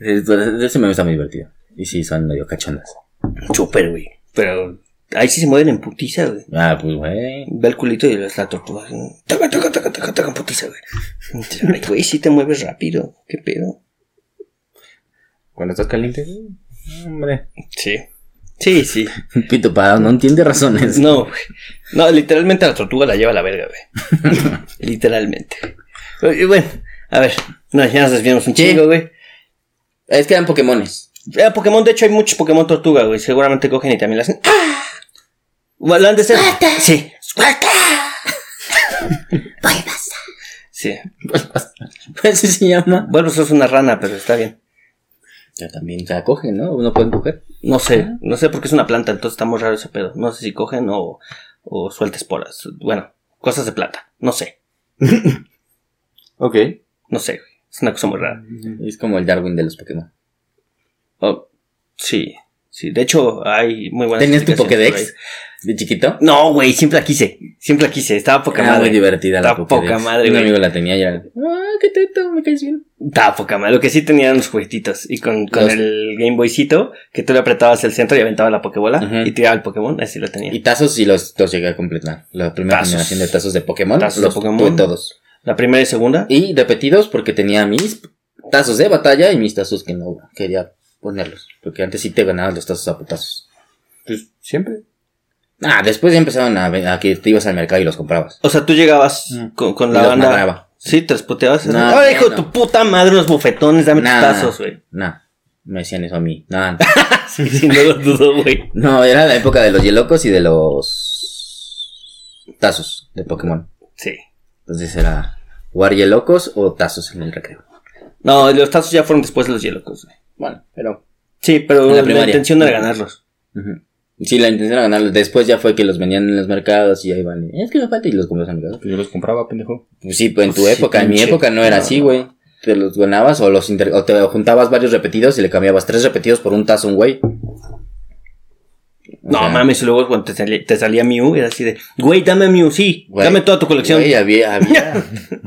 Ese me está muy divertido. Y sí, son medio cachondas. Súper, güey. Pero ahí sí se mueven en putiza, güey. Ah, pues, güey. Ve el culito y es la tortuga. así, Taca, taca, taca, taca, taca, en putiza, güey. Ay, güey, sí te mueves rápido. ¿Qué pedo? Cuando estás caliente. mm, Hombre. Sí. Sí, sí. Pito parado, no entiende razones. No, güey. No, literalmente la tortuga la lleva a la verga, güey. literalmente. Y bueno, a ver, no, ya nos desviamos un Sí. chingo, güey. Es que eran Pokémones. (laughs) Eh, Pokémon, de hecho, hay muchos Pokémon tortuga, güey. Seguramente cogen y también la hacen. ¡Ah! Bueno, lo han de ser. Sí. (laughs) Sí. Eso se llama. Bueno, sos una rana, pero está bien. Ya también se acogen, ¿no? Uno pueden coger. No sé, no sé porque es una planta, entonces está muy raro ese pedo. No sé si cogen o, o suelta esporas. Bueno, cosas de planta. No sé, Ok. no sé, güey. Es una cosa muy rara. Es como el Darwin de los Pokémon. Oh, sí, sí. De hecho, hay muy buenas. ¿Tenías tu explicaciones Pokédex por de chiquito? ahí. No, güey, siempre la quise. Siempre la quise. Estaba poca Era Ah, muy madre. divertida la Está Pokédex. poca madre, Un güey. amigo la tenía y era. Ah, qué teto, me caes bien. Estaba poca madre. Lo que sí tenían los juguetitos. Y con, con Los- el Game Boycito, que tú le apretabas el centro y aventaba la Pokébola Ajá. y tiraba el Pokémon. Así lo tenía. Y tazos sí los, los llegué a completar. La primera Tazos. generación de tazos de Pokémon. Tazos de los Pokémon. tuve todos. La primera y segunda. Y repetidos porque tenía mis tazos de batalla y mis tazos que no quería ponerlos. Porque antes sí te ganabas los tazos a putazos. Pues siempre. Ah, después ya empezaron a, ve- a que te ibas al mercado y los comprabas. O sea, tú llegabas Mm. con, con Y la los banda. madreaba. Sí, te los puteabas. No, Ahora, no, hijo de no. tu puta madre, unos bofetones, dame Nah. tus tazos, güey. Nah, me decían eso a mí. Nah. (laughs) Sí, sí, no lo dudo, güey. no, era la época de los hielocos y de los. tazos de Pokémon. Sí. Entonces era jugar hielocos o tazos en el recreo. No, los tazos ya fueron después de los hielocos, güey. Bueno, pero... Sí, pero En la la, primaria. intención era ganarlos. ujú. Sí, la intención era ganarlos. Después ya fue que los vendían en los mercados y ahí van. Es que me falta y los compras en el mercado. Pues yo los compraba, pendejo. Pues sí, pues en tu Sí, época, en mi pinche. época no era así, güey. Te los ganabas o, los inter- o te juntabas varios repetidos y le cambiabas tres repetidos por un tazo a un güey. No Ajá. mames, y luego cuando te salía, te salía Mew, era así de, güey, dame Mew, sí, Güey, dame toda tu colección. Güey, había, (laughs) había,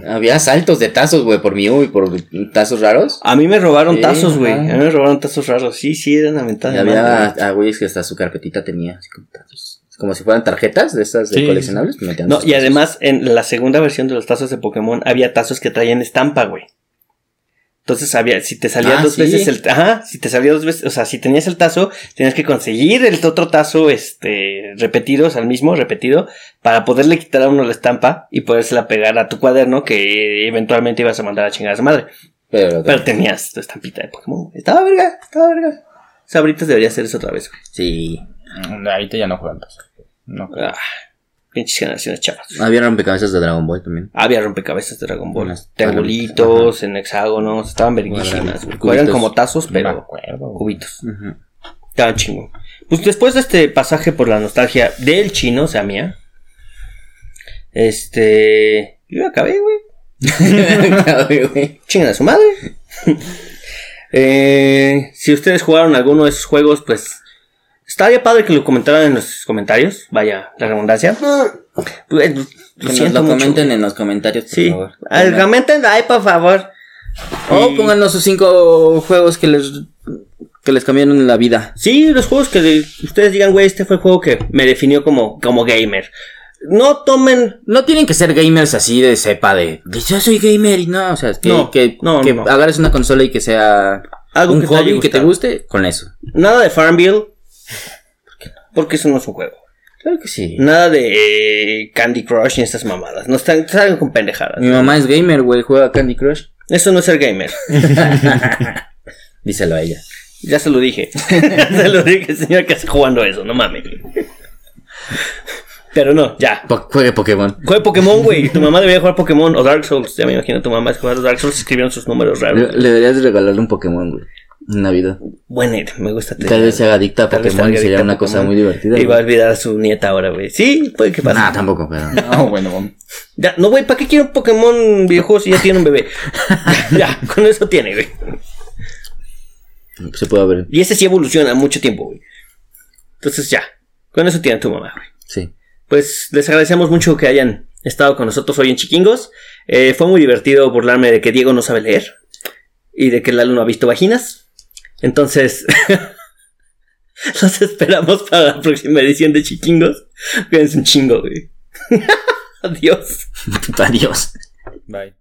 había saltos de tazos, güey, por Mew y por tazos raros. A mí me robaron Sí, tazos, güey. ajá. A mí me robaron tazos raros. Sí, sí, eran Y aventadas. había a güeyes que hasta su carpetita tenía así como tazos. Como si fueran tarjetas de estas de Sí, coleccionables. pues, metían No, sus y tazos. además en la segunda versión de los tazos de Pokémon había tazos que traían estampa, güey. Entonces había, si te salía Ah, dos sí. veces el, ajá, si te salía dos veces, o sea, si tenías el tazo, tenías que conseguir el otro tazo, este, repetido, o sea, el mismo, repetido, para poderle quitar a uno la estampa y podérsela pegar a tu cuaderno que eventualmente ibas a mandar a chingar a su madre. Pero, Pero tenías tu estampita de Pokémon. güey. Estaba verga, estaba verga. Sabritas debería hacer eso otra vez, güey. sí. Mm, Ahorita ya no juegan tazos. No creo. Ah, pinches generaciones chavas. Había rompecabezas de Dragon Ball también. Había rompecabezas de Dragon Ball. Unas Triangulitos, en hexágonos, estaban verguísimas. güey. Cubitos. Eran como tazos, No me pero acuerdo. güey. (laughs) cubitos. (laughs) Estaban chingón. Pues después de este pasaje por la nostalgia del chino, o sea, mía. Este. Yo acabé, güey. Chingan a su madre. (laughs) Eh, si ustedes jugaron alguno de esos juegos, pues. Estaría padre que lo comentaran en los comentarios. Vaya, la redundancia. Pues, que lo nos siento lo mucho, comenten güey. en los comentarios, por Sí. favor. Ah, Comenten ahí, por favor. O Y- pónganos sus cinco juegos que les que les cambiaron la vida. Sí, los juegos que de- ustedes digan, güey, este fue el juego que me definió como, como gamer. No tomen. No tienen que ser gamers así de cepa de, de, yo soy gamer y no, o sea, que, No, que, no, que no, no. agarres una consola y que sea Algo un que te hobby haya que te gustado. guste con eso. Nada de Farmville. Porque eso no es un juego. Claro que sí. Nada de eh, Candy Crush ni estas mamadas. No están, salgan con pendejadas. Mi mamá es gamer, güey, juega Candy Crush. Eso no es ser gamer. (laughs) Díselo a ella. Ya se lo dije. (laughs) se lo dije, señor, que está jugando eso. No mames. Pero no, ya. Po- juegue Pokémon. Juega Pokémon, güey. Tu mamá debería jugar Pokémon o Dark Souls. Ya me imagino tu mamá jugando Dark Souls y escribieron sus números raros. Le, le deberías regalarle un Pokémon, güey. En Navidad. Bueno, Ed, me gusta tener- Tal vez se haga adicta a Tal vez Pokémon y salga sería adicta a una cosa Pokémon. muy divertida. Y va a güey. olvidar a su nieta ahora, güey. Sí, puede que pase. Nah, tampoco, pero. No, bueno, vamos. Ya, no, güey, ¿para qué quiere un Pokémon viejo si ya tiene un bebé? ya, con eso tiene, güey. Se puede ver. Y ese sí evoluciona mucho tiempo, güey. Entonces ya, con eso tiene tu mamá, güey. Sí. (laughs) Pues les agradecemos mucho que hayan estado con nosotros hoy en Chiquingos. Eh, fue muy divertido burlarme de que Diego no sabe leer y de que Lalo no ha visto vaginas. Entonces, (laughs) los esperamos para la próxima edición de Chiquingos. Cuídense un chingo, güey. (laughs) Adiós. Adiós. Bye.